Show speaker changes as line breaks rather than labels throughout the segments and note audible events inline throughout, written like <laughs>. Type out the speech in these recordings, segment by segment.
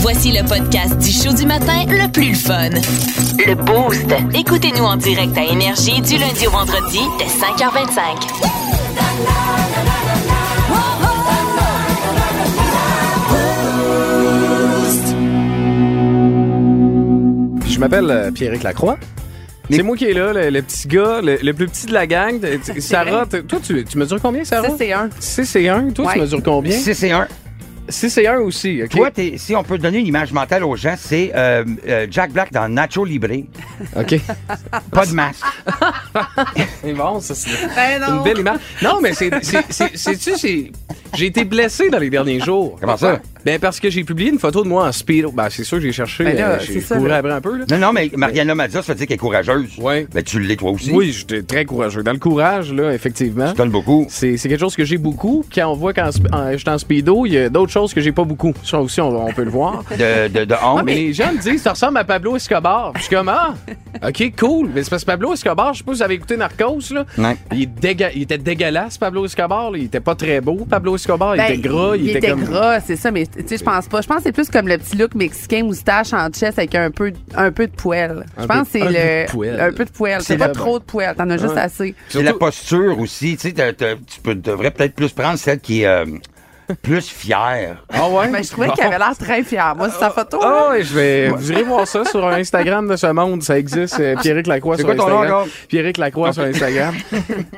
Voici le podcast du show du matin le plus le fun. Le Boost. Écoutez-nous en direct à Énergie du lundi au vendredi dès 5h25.
Je m'appelle euh, Pierrick Lacroix. C'est moi qui est là, le, le petit gars, le, le plus petit de la gang. Euh, tu- Sarah, t- toi, tu, tu mesures combien, Sarah?
6 et 1.
6 et 1. Toi, tu
Ouais.
mesures combien?
6 et 1.
6 et 1 aussi, OK?
Toi, t'es- si on peut donner une image mentale aux gens, c'est euh, euh, Jack Black dans Nacho Libre.
OK.
Pas de masque.
<laughs> C'est bon, ça, c'est
Ben
une belle image. Non, mais c'est... c'est- c'est- Sais-tu, c'est- j'ai été blessé dans les derniers jours.
Comment ça?
Ben, parce que j'ai publié une photo de moi en speedo. Ben, c'est sûr que j'ai cherché,
Ben là,
euh, j'ai
c'est ça,
couru
là.
après un peu, là.
Non, non, mais Mariana Mazza, ça veut dire qu'elle est courageuse.
Ouais.
Mais tu l'es toi aussi.
Oui, j'étais très courageux. Dans le courage, là, effectivement.
Tu donnes beaucoup.
C'est c'est quelque chose que j'ai beaucoup. Quand on voit quand je suis en speedo, il y a d'autres choses que j'ai pas beaucoup. Ça aussi, on, on peut le voir.
De, de, de honte.
Ah, mais les gens me disent, ça ressemble à Pablo Escobar. Puis Je suis comme, ah, OK, cool. Mais c'est parce que Pablo Escobar, je sais pas si vous avez écouté Narcos, là.
Ouais.
Il, est déga- il était dégueulasse, Pablo Escobar. là. Il était pas très beau, Pablo Escobar. Il était gras. Il,
Ben, il
était, comme...
gras, c'est ça, mais tu sais, je pense pas. Je pense que c'est plus comme le petit look mexicain, moustache en chest avec un peu, un peu de poêle.
Un
Je pense que
peu- un peu
c'est
de
le.
poêle.
Un peu de poêle.
C'est
C'est pas
le-
trop de poêle. T'en as juste assez.
C'est la posture aussi. Tu sais, t'as- t'as- tu peux- devrais peut-être plus prendre celle qui est euh, plus fière.
Ah ouais?
Mais Ben, je trouvais qu'il avait l'air très fier. Moi, c'est sa photo. là.
Ah ouais, je vais. Vous irez voir ça sur Instagram de ce monde. Ça existe. euh, Pierrick Lacroix
C'est
sur
quoi ton nom
Instagram.
encore?
Pierrick Lacroix sur Instagram.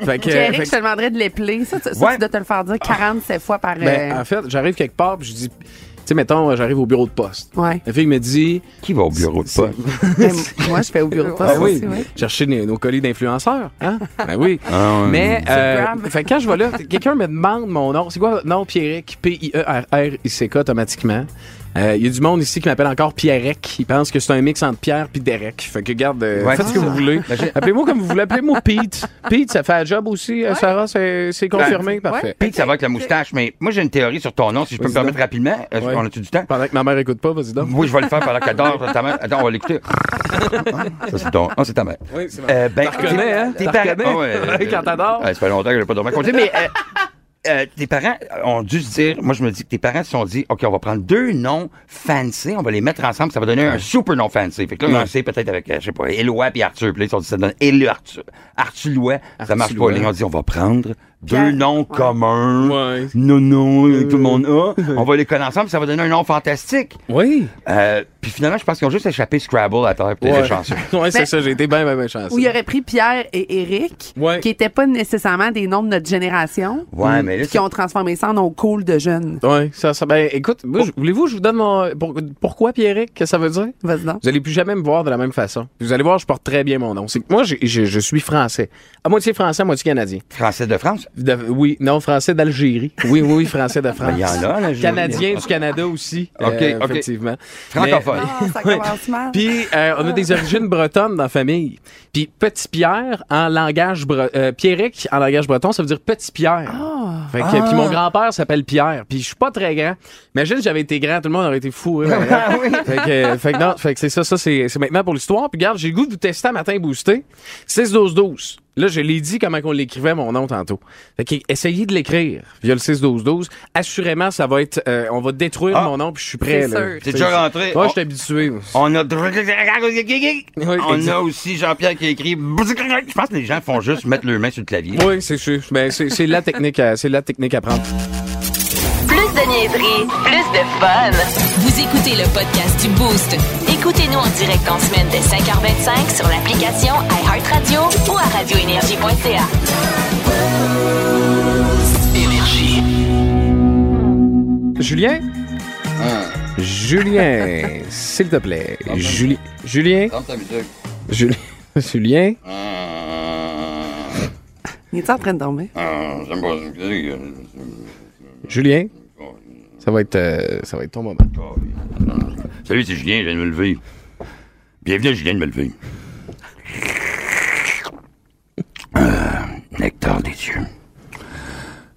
fait que, euh,
Pierrick,
fait
je te demanderais de l'épeler. Ça, tu, ça,
Ouais.
tu dois te le faire dire 47 fois par.
Ben,
euh,
en fait, j'arrive quelque part, puis je dis, tu sais, mettons, j'arrive au bureau de poste. <laughs>
Ouais.
La fille me dit,
Qui va au bureau de poste?
Ben, moi, je fais au bureau de poste
ah oui,
aussi, ouais.
chercher nos, nos colis d'influenceurs, hein? Ben oui.
Ah ouais.
Mais, euh,
Grab.
fait que quand je vais là, quelqu'un me demande mon nom. C'est quoi votre nom, Pierrick? P-I-E-R-R-I-C-K automatiquement. Euh, Il y a du monde ici qui m'appelle encore Pierrec. Ils pensent que c'est un mix entre Pierre puis Derek. Fait que, garde, euh,
Ouais.
faites ce que vous voulez. Appelez-moi comme vous voulez. Appelez-moi Pete. Pete, ça fait un job aussi, euh, Sarah. C'est c'est confirmé. Parfait.
Pete, ça va avec la moustache, mais moi, j'ai une théorie sur ton nom, si je peux
Vas-y
me permettre
donc.
rapidement. Est-ce
Ouais.
qu'on a-tu du temps?
Pendant que ma mère écoute pas, vas-y donc.
Oui, je vais le faire pendant qu'elle dort. ta mère- Attends, on
<laughs>
va l'écouter. Ça, c'est ton. Ah, c'est ta mère.
Oui, c'est ma
Euh, ben,
T'en reconnais, hein?
Tes
T'en
parents.
reconnais?
Ah <laughs> ouais, euh,
Quand t'adores.
euh, Ça fait longtemps que j'ai pas dormi à côté, mais.
<laughs>
euh, euh, tes parents ont dû se dire, moi je me dis que tes parents se sont dit, OK, on va prendre deux noms fancy, on va les mettre ensemble, ça va donner un super nom fancy. Fait que là, on sait peut-être avec, euh, je sais pas, Éloi puis Arthur. Puis là, ils se sont dit, ça donne Éloi, Arthur. Arthur Louet, ça marche pas.
Louet.
Là, ils ont dit, on va prendre deux
Pierre.
noms communs.
Ouais.
Non, non, euh, tout le monde a. On va les coller ensemble, ça va donner un nom fantastique.
Oui.
Euh, puis finalement, je pense qu'ils ont juste échappé Scrabble à terre, puis
Ouais.
les chanceux.
Ouais, c'est
Mais-
ça, j'ai été bien, bien, bien chanceux.
Où il aurait pris Pierre et Eric,
Ouais.
qui n'étaient pas nécessairement des noms de notre génération, Mm.
Ouais, mais là,
puis qui ont transformé ça en nom cool de jeunes.
Ouais, ça, ça, ben, écoute, moi, je- voulez-vous, que je vous donne mon, pour- pourquoi, Pierrick, que ça veut dire?
Vas-y donc.
Vous allez plus jamais me voir de la même façon. Vous allez voir, je porte très bien mon nom. C'est que moi, j'ai- je, je suis français. À moitié français, à moitié canadien.
c'est français de France.
De- oui, non, français d'Algérie. Oui, oui, oui, français
<laughs>
de France.
Ben, Il y en a, là. je-
Canadien du Canada aussi. euh,
Ok, ok.
Effectivement.
Francophone.
Ah,
<laughs>
ça commence mal.
Puis, euh, on a des origines bretonnes dans la famille. Puis, petit Pierre, en langage... bre- euh, Pierrick, en langage breton, ça veut dire petit Pierre.
Ah.
Fait que, Puis, mon grand-père s'appelle Pierre. Puis, je suis pas très grand. Imagine, si j'avais été grand, tout le monde aurait été fou.
<laughs>
hein,
Ah oui.
fait que, euh, fait que non, fait que c'est ça, ça c'est c'est maintenant pour l'histoire. Puis regarde, j'ai le goût de vous tester à matin boosté. 6-12-12. Là, je l'ai dit comment qu'on l'écrivait mon nom tantôt. Fait que essayez de l'écrire via le 6-12-12. Assurément, ça va être euh, on va détruire
Ah.
mon nom puis je suis prêt.
C'est
là.
sûr.
T'es déjà rentré.
Moi,
On-
je suis habitué.
On a. On
exact.
a aussi Jean-Pierre qui a écrit. Je pense que les gens font juste mettre leurs mains sur le clavier.
Oui, c'est sûr. Ben, c'est c'est la technique à, c'est la technique à prendre.
Plus de niaiserie, plus de fun. Vous écoutez le podcast du Boost. Écoutez-nous en direct en semaine dès 5h25 sur l'application iHeartRadio ou à radioénergie.ca.
Julien? Julien, s'il te plaît. Juli- Julien?
Ah.
Julien? <laughs> Julien?
Il est en train de dormir.
Julien, ça va être, euh, ça va être ton moment.
Ah, Salut, c'est Julien, je viens de me lever. Bienvenue, je viens de me lever. Ah, nectar des dieux.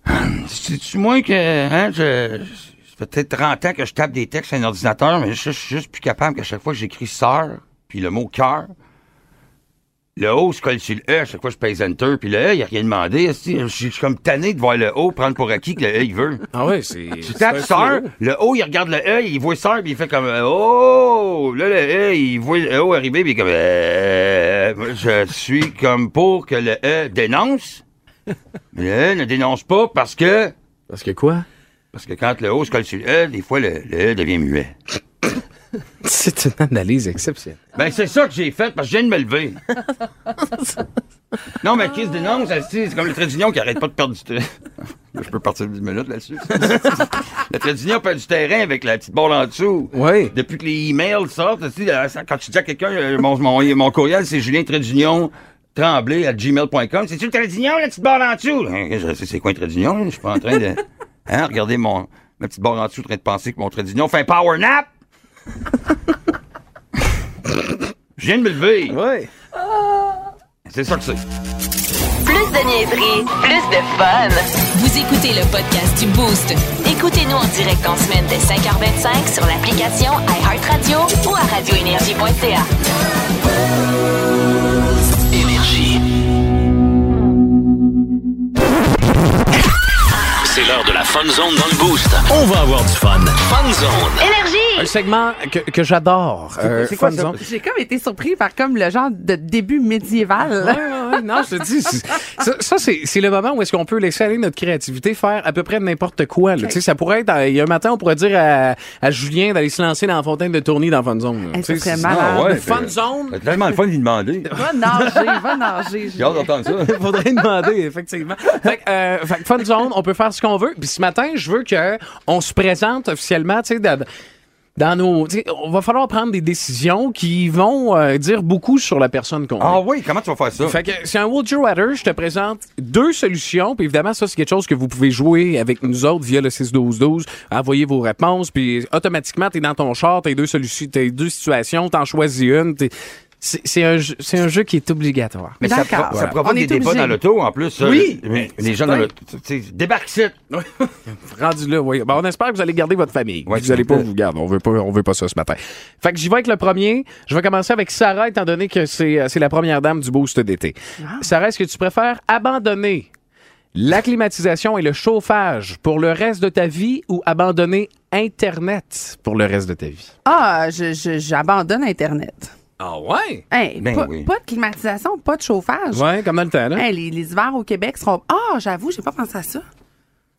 Ah, C'est-tu moins que. Hein, je, je- ça fait peut-être 30 ans que je tape des textes à un ordinateur, mais je, je suis juste plus capable qu'à chaque fois que j'écris sœur, puis le mot cœur, Le O se colle sur le E, à chaque fois je pèse Enter, puis le E, il a rien demandé. esti. Je suis je suis comme tanné de voir le O prendre pour acquis que le E, il veut.
Ah ouais, <laughs> c'est.
Tu
c'est
tapes
un
sœur, le O, il regarde le E, il voit sœur, puis il fait comme euh, Oh! Là, le E, il voit le O arriver, puis il est comme euh, moi, Je suis comme pour que le
<laughs>
E dénonce. Mais le E ne dénonce pas parce que.
Parce que quoi? <laughs>
Parce que quand le O se colle sur le E, des fois, le, le E devient muet.
C'est une analyse exceptionnelle.
Ben, c'est ça que j'ai fait parce que je viens de me <laughs> lever. non, mais qui se dénonce, elle, c'est c'est comme le trait d'union qui arrête pas de perdre du terrain. je peux partir d'une minute là-dessus. <laughs> le trait d'union perd du terrain avec la petite balle en dessous.
Oui.
Depuis que les emails sortent, tu sais, euh, ça, quand tu dis à quelqu'un, euh, mon, mon, mon courriel, c'est julien Trédignon tremblay à gmail.com. C'est-tu le Trédignon, la petite barre en dessous? Hein, je sais c'est quoi un Trédignon, là? Je suis pas en train de. Hein, regardez mon, ma petite barre en dessous, en train de penser que mon Trédignon fait un power nap! Je viens de me lever.
Oui.
C'est ça que c'est.
Plus de niaiserie, plus de fun. Vous écoutez le podcast du Boost. Écoutez-nous en direct en semaine dès 5h25 sur l'application iHeartRadio ou à radioénergie.ca.
C'est l'heure de la Fun Zone dans le Boost. On va avoir du fun. Fun Zone.
Un segment que, que j'adore. euh,
c'est quoi
Fun
ça?
Zone.
J'ai comme été surpris par comme le genre de début médiéval.
Ouais, ouais, ouais. Non, je te dis, c'est- ça, ça, c'est c'est le moment où est-ce qu'on peut laisser aller notre créativité, faire à peu près n'importe quoi. là. Tu sais, ça pourrait être, euh, il y a un matin, on pourrait dire à, à Julien d'aller se lancer dans la fontaine de Tourny dans Fun Zone. là.
Hey, Eh, ça
Tu sais,
serait
c'est-
malade.
Ah ouais,
Fun
euh,
Zone.
C'est tellement le fun de lui demander.
<laughs> Va nager, va nager.
J'ai hâte d'entendre ça.
<laughs> Faudrait demander, effectivement. Fait que, euh, fait que Fun Zone, on peut faire ce qu'on veut. Puis ce matin, je veux que on se présente officiellement, tu sais, dans, dans nos. tu sais, On va falloir prendre des décisions qui vont euh, dire beaucoup sur la personne qu'on est.
Ah oui, comment tu vas faire ça?
Fait que c'est un Would You Rather. Je te présente deux solutions. Puis évidemment, ça, c'est quelque chose que vous pouvez jouer avec nous autres via le 6-12-12. Envoyez vos réponses. Puis automatiquement, t'es dans ton char, t'as deux solutions, t'as deux situations, t'en choisis une. t'es- C'est c'est un, jeu- c'est un jeu qui est obligatoire.
Mais ça,
D'accord.
pro- ça
Voilà.
provoque
On
des
est
débats
obligé.
dans l'auto, en plus.
Oui.
euh, mais les gens dans l'auto, tu sais, débarque ici.
Rendu là, oui. Ben, on espère que vous allez garder votre famille.
Ouais,
vous allez
s'il
pas
vous plaît.
vous garder. On veut pas, on veut pas ça ce matin. Fait que j'y vais avec le premier. Je vais commencer avec Sarah, étant donné que c'est, euh, c'est la première dame du boost d'été.
Ah.
Sarah, est-ce que tu préfères abandonner la climatisation et le chauffage pour le reste de ta vie ou abandonner Internet pour le reste de ta vie?
Ah, je- je- j'abandonne Internet.
Ah ouais?
Hey,
Ben
pas,
oui.
pas de climatisation, pas de chauffage.
Ouais, comme dans le temps, là.
Hey, les, les hivers au Québec seront. Ah, j'avoue, j'ai pas pensé à ça.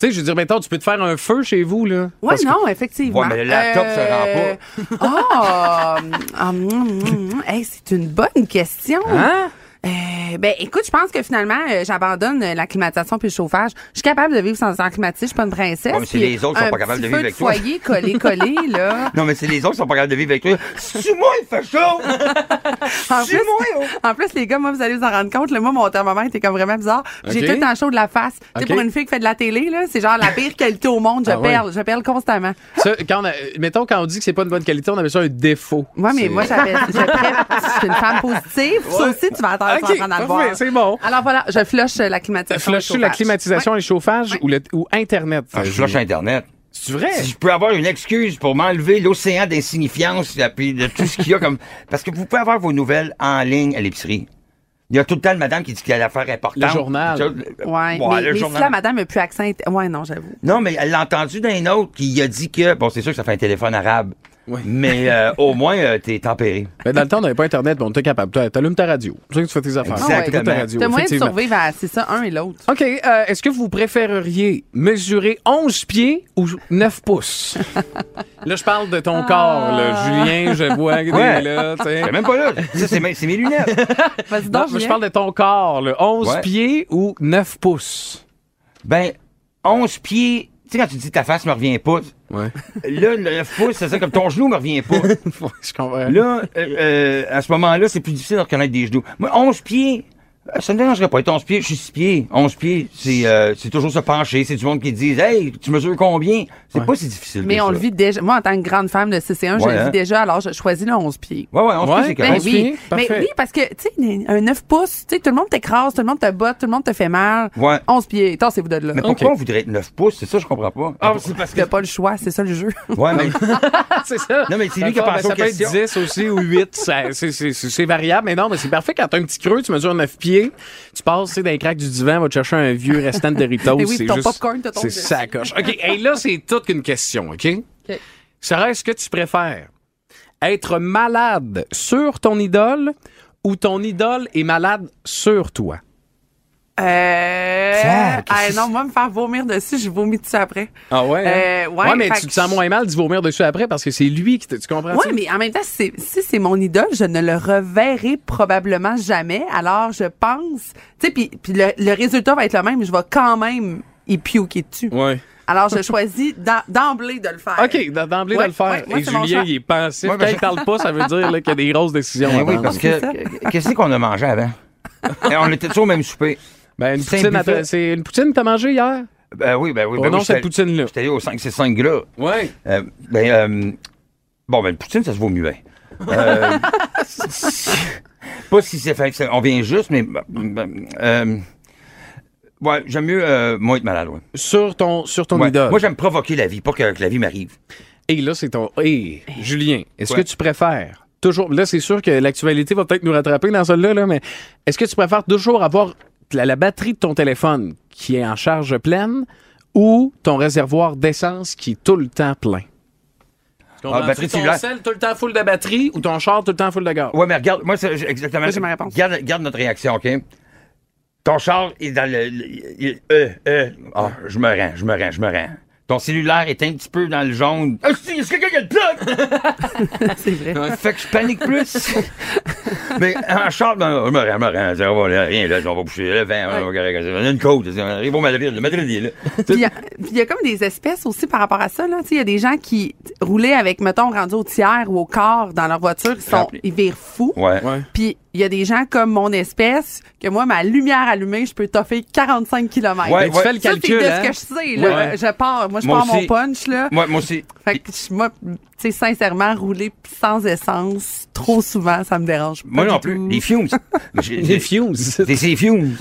Tu sais, je veux dire, maintenant, tu peux te faire un feu chez vous, là.
Ouais,
Parce que-
non, effectivement.
Ouais, mais le laptop, ça
rend pas. <laughs> Ah, ah, mm, mm, mm. Hey, c'est une bonne question.
Hein?
Euh, ben, écoute, je pense que finalement, euh, j'abandonne euh, la climatisation puis le chauffage. Je suis capable de vivre sans air climatisé, je suis pas une princesse.
Ouais, mais c'est
Puis
les autres qui sont
un
pas capables
petit
de vivre
feu
avec toi.
foyer collé, collé,
<laughs>
là.
Non, mais c'est les autres qui sont pas capables de vivre avec toi. C'est moi, il
<laughs>
fait chaud! oh.
En plus, en plus, les gars, moi, vous allez vous en rendre compte, là, moi, mon thermomètre était comme vraiment bizarre. J'ai
Ok.
tout le temps chaud de la face. Tu sais,
Ok.
pour une fille qui fait de la télé, là, c'est genre la pire qualité au monde. Je
Ah ouais.
perds, je perds constamment.
Ça, quand on a- mettons, quand on dit que c'est pas une bonne qualité, on avait ça un défaut.
Moi, mais
C'est-
moi, j'avais, je prête- je suis une femme positive. Ça aussi, tu vas attendre
Ok,
sans en avoir.
parfait, c'est bon.
Alors voilà, je flush euh, la climatisation.
flush
le
la
chauffage.
climatisation et le chauffage ou, le- ou Internet?
Ah, je flush Internet.
C'est vrai?
Si je peux avoir une excuse pour m'enlever l'océan d'insignifiance et puis de tout ce qu'il y a comme. Parce que vous pouvez avoir vos nouvelles en ligne à l'épicerie. Il y a tout le temps le madame qui dit qu'il y a l'affaire importante.
Le journal.
Tu vois,
Ouais,
ouais,
mais,
le
mais si
journal.
la madame a plus accent, int- ouais, non, j'avoue.
Non, mais elle l'a entendu d'un autre qui a dit que. Bon, c'est sûr que ça fait un téléphone arabe.
Oui.
Mais euh, au moins, euh, t'es tempéré.
Mais dans le temps, on n'avait pas Internet, mais on était capable. T'as- T'allumes ta radio. Tu sais que tu fais tes affaires.
Exactement.
T'écoutes ta radio,
T'as moyen de
effectivement.
survivre à, c'est ça, un
<laughs>
et l'autre.
OK, euh, est-ce que vous préféreriez mesurer 11 pieds ou 9 pouces? <laughs> Ah. là, je parle de ton corps, là. Julien, je vois que t'es
Ouais.
là, tu sais.
T'es même pas là. Ça, c'est mes, c'est mes lunettes.
Vas-y
Non,
donc,
mais je
Julien.
parle de ton corps, là. 11
Ouais.
pieds ou 9 pouces?
Ben, 11 pieds. Tu sais, quand tu dis ta face me revient pas,
Ouais. <laughs>
là, le pouce, c'est ça, comme ton genou me revient pas.
je comprends.
Là, euh, euh, à ce moment-là, c'est plus difficile de reconnaître des genoux. Moi, 11 pieds, Euh, Ça ne me dérangerait pas. Être 11 pieds, je suis 6 pieds. 11 pieds, c'est euh, c'est toujours se pencher. C'est du monde qui dit Hey, tu mesures combien C'est pas si difficile.
Mais
que
on
ça.
le vit déjà. Moi, en tant que grande femme de CC1, je
Ouais,
le
hein.
vis déjà, alors je choisis le 11 pieds.
Ouais, ouais, 11
Ouais,
pieds, c'est
Ben
correct.
oui.
pieds,
Mais
parfait.
oui, parce que, tu sais, un 9 pouces, tu sais, tout le monde t'écrase, tout le monde te botte, tout le monde te fait mal.
Ouais.
11 pieds, tassez-vous de là.
Mais pourquoi on voudrait être 9 pouces C'est ça, je comprends pas.
Ah,
Ah,
c'est parce
T'as pas le choix, c'est ça le jeu.
Ouais, mais.
c'est ça.
Non, mais c'est lui qui a
D'accord, ben,
pensé
Ça
aux
peut être
questions.
10 aussi ou 8. ça- c'est- C'est c'est- c'est variable, mais non, mais c'est parfait quand t'as un petit creux, tu mesures 9 pieds, tu passes, tu sais, d'un crack du divan, va te chercher un vieux restant de Doritos.
Et oui,
c'est
ton
juste-
popcorn te tombe
C'est
dessus.
ça, coche. OK, et là, c'est toute une question, OK?
OK.
Sarah, est-ce que tu préfères être malade sur ton idole ou ton idole est malade sur toi?
Euh.
Fuck.
ah, non, moi, me faire vomir dessus, je vomis dessus après.
Ah ouais?
hein? Euh, ouais,
mais
fait
tu te
que
sens
je-
moins mal d'y vomir dessus après parce que c'est lui qui te. Tu comprends?
Oui, mais en même temps, c'est- si c'est mon idole, je ne le reverrai probablement jamais. Alors, je pense. Tu sais, puis puis le, le résultat va être le même, je vais quand même y piouquer dessus.
Ouais.
Alors, je choisis d'en- d'emblée de le faire.
Ah, OK, d- d'emblée
Ouais,
de le faire.
ouais, moi,
Et
c'est mon
Julien,
choix.
il est pensif.
Ouais,
Quand
mais
il
je-
parle pas, ça veut dire là, qu'il y a des grosses décisions
Ben
à
oui,
prendre.
parce que. Qu'est-ce qu'on a mangé avant Eh, On était toujours au même souper.
Ben, une
C'est un
poutine, à-
buffet.
c'est une poutine que t'as mangée hier?
Ben oui, ben oui.
Oh
ben
non,
oui,
cette
j'étais-
poutine-là.
J'étais allé au 5, c'est 5 gras.
Ouais.
Euh, ben, euh, bon, ben, le poutine, ça se vaut mieux. Euh, <laughs> pas si c'est fait. que ça- On vient juste, mais. ben, ben, euh, ouais, j'aime mieux, euh, moi, être malade, ouais.
Sur ton, sur ton
Ouais.
idole.
Moi, j'aime provoquer la vie, pas que, que la vie m'arrive.
Et là, c'est ton. Hey, Julien, est-ce
Ouais.
que tu préfères toujours. Là, c'est sûr que l'actualité va peut-être nous rattraper dans celle-là, là, mais est-ce que tu préfères toujours avoir la, la batterie de ton téléphone qui est en charge pleine ou ton réservoir d'essence qui est tout le temps plein? Tu comprends-tu?
Ah, batterie
ton
cellulaire.
sel tout le temps full de batterie ou ton char tout le temps full de gaz?
Ouais, mais regarde, moi, c'est j'ai exactement.
Moi, j'ai ma réponse.
Garde, garde notre réaction, OK? Ton char est dans le. le- il- euh, euh. Ah, je me rends, je me rends, je me rends. Ton cellulaire est un petit peu dans le jaune. Ah, si, est-ce que quelqu'un qui a le plug?
C'est vrai.
Fait que je panique <laughs> plus. mais en char, ben, je me rends, je me rends. Ça va, là, rien, là, on va boucher le vent, on va regarder, on a une côte, on arrive au Madrid, le Madrid il est là.
Puis il y a- puis il y a comme des espèces aussi par rapport à ça. là. Tu sais, Il y a des gens qui t- roulaient avec, mettons, rendus au tiers ou au quart dans leur voiture. Ils, sont,
Rappelez.
ils virent fous.
Ouais.
Ouais.
Puis il y a des gens comme mon espèce que moi, ma lumière allumée, je peux toffer 45 km.
Ouais,
Ben, tu fais le
Ça, c'est
calcul.
de
hein?
ce que je sais. Là.
Ouais.
Je pars, moi, je
Moi
pars mon
aussi.
punch. Là.
Moi, moi aussi.
Fait que je- moi, tu sais, sincèrement, rouler sans essence trop souvent, ça me dérange pas.
Moi non
du
plus.
tout. <laughs>
Les fumes. Mais j'ai-
Des
j'ai-
fumes. Ça
C'est ces fumes.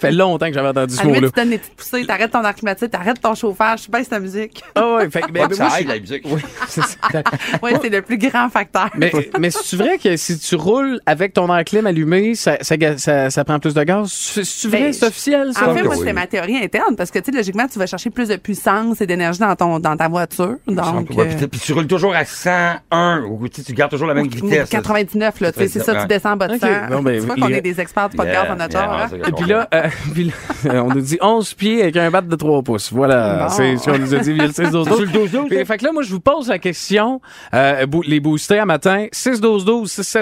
fait longtemps que j'avais entendu
À
ce
la limite,
mot-là.
tu donnes des petites poussées, t'arrêtes ton air climatique, t'arrêtes ton chauffage, tu baisses ta musique. <laughs>
Ah ouais, fait que- ben,
Pas
ben,
que
moi,
ça
je-
aille, la musique.
Oui, <laughs> c'est ça.
Ouais, c'est le plus grand facteur.
Mais, mais c'est-tu vrai que si tu roules avec ton air clim allumé, ça, ça, ga- ça- ça prend plus de gaz? C'est- C'est-tu vrai?
Ben,
c'est officiel, ça?
En fait,
que
moi,
oui.
c'était ma théorie interne parce que, tu sais, logiquement, tu vas chercher plus de puissance et d'énergie dans ton, dans ta voiture. Donc,
Ouais, puis
euh,
t- Puis tu roules toujours à 101, ou tu sais, tu gardes toujours la même
ou- ou
vitesse.
99, là, tu sais, c'est ça, tu descends en bas de
Ok.
100.
Bon, ben,
tu vois
il
qu'on
est-
est des experts du podcast en notre genre, hein?
Et puis là, euh, <laughs> puis là, euh, on nous dit 11 pieds avec un bat de 3 pouces. Voilà,
Bon.
c'est ce qu'on nous a dit via le 6-12-12. Puis, Fait que là, moi, je vous pose la question, euh, bou- les boostés à matin,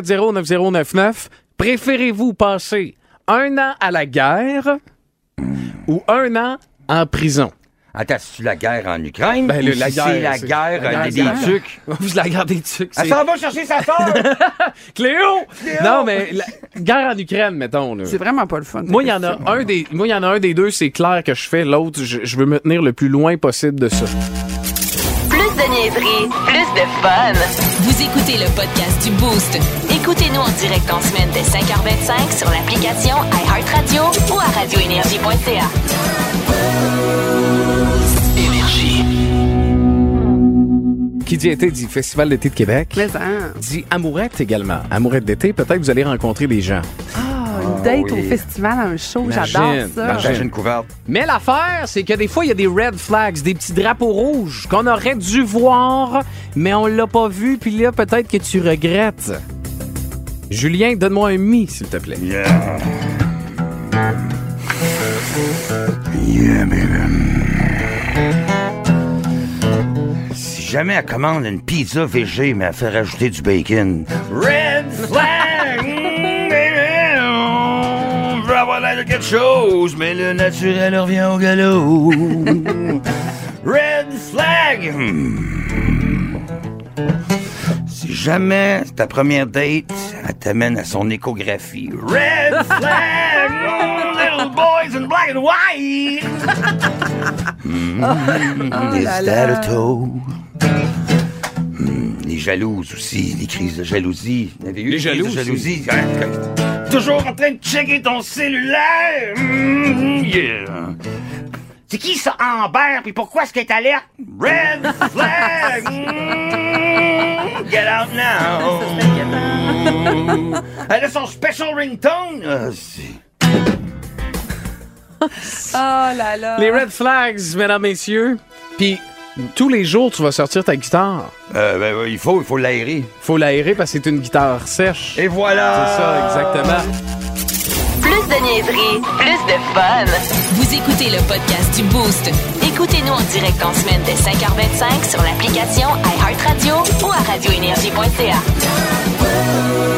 6-12-12-670-9099, préférez-vous passer un an à la guerre ou un an en prison?
Attends, c'est-tu la guerre en Ukraine?
Ben, le-
ou
la
si c'est
guerre,
la
c'est-
guerre
la
euh, des
guerre.
des tucs.
<laughs> Vous la gardez-tu?
Elle s'en va chercher sa soeur!
Cléo! Non, mais la guerre en Ukraine, mettons. Là.
C'est vraiment pas le fun.
Moi, il y en a un des, moi, il y en a un des deux, c'est clair que je fais. L'autre, je, je veux me tenir le plus loin possible de ça.
Plus de niaiserie, plus de fun. Vous écoutez le podcast du Boost. Écoutez-nous en direct en semaine dès 5h25 sur l'application iHeartRadio ou à radioénergie.ca.
Qui dit été dit Festival d'été de Québec.
Mais, hein,
Dit amourette également. Amourette d'été, peut-être vous allez rencontrer des gens.
ah, une date
oui.
au festival, un show, j'adore
Imagine,
ça.
imagine.
J'ai une couverte.
Mais l'affaire, c'est que des fois, il y a des red flags, des petits drapeaux rouges qu'on aurait dû voir, mais on l'a pas vu, puis là, peut-être que tu regrettes. Julien, donne-moi un mi, s'il te plaît.
Yeah. Yeah, baby. Si jamais elle commande une pizza VG, mais elle fait rajouter du bacon. Red flag! <laughs> Mm, baby. On veut avoir l'air de quelque chose, mais le naturel revient au galop. Red flag! Mm. Hmm. Si jamais ta première date, elle t'amène à son échographie. Red
<laughs>
flag, little boys in black and white. Mm,
Oh
des
là là.
stalactites. Mm, les jalouses aussi, les crises de jalousie. Vous avez eu des crises de
jalouses
jalousie. Ouais. Toujours en train de checker ton cellulaire. Mm, yeah. C'est qui ça, Amber? Puis pourquoi est-ce qu'elle est alerte? Red flag! Mm, get out now! Mm. Elle a son special ringtone! Ah, c'est-
Oh là là.
Les red flags, mesdames, messieurs. Puis tous les jours, tu vas sortir ta guitare.
Euh, ben, ben, il faut, il faut l'aérer.
Faut l'aérer parce que c'est une guitare sèche.
Et
C'est
voilà!
ça, exactement.
Plus de niaiserie, plus de fun. Vous écoutez le podcast du Boost. Écoutez-nous en direct en semaine dès 5h25 sur l'application iHeartRadio ou à radioénergie.ca.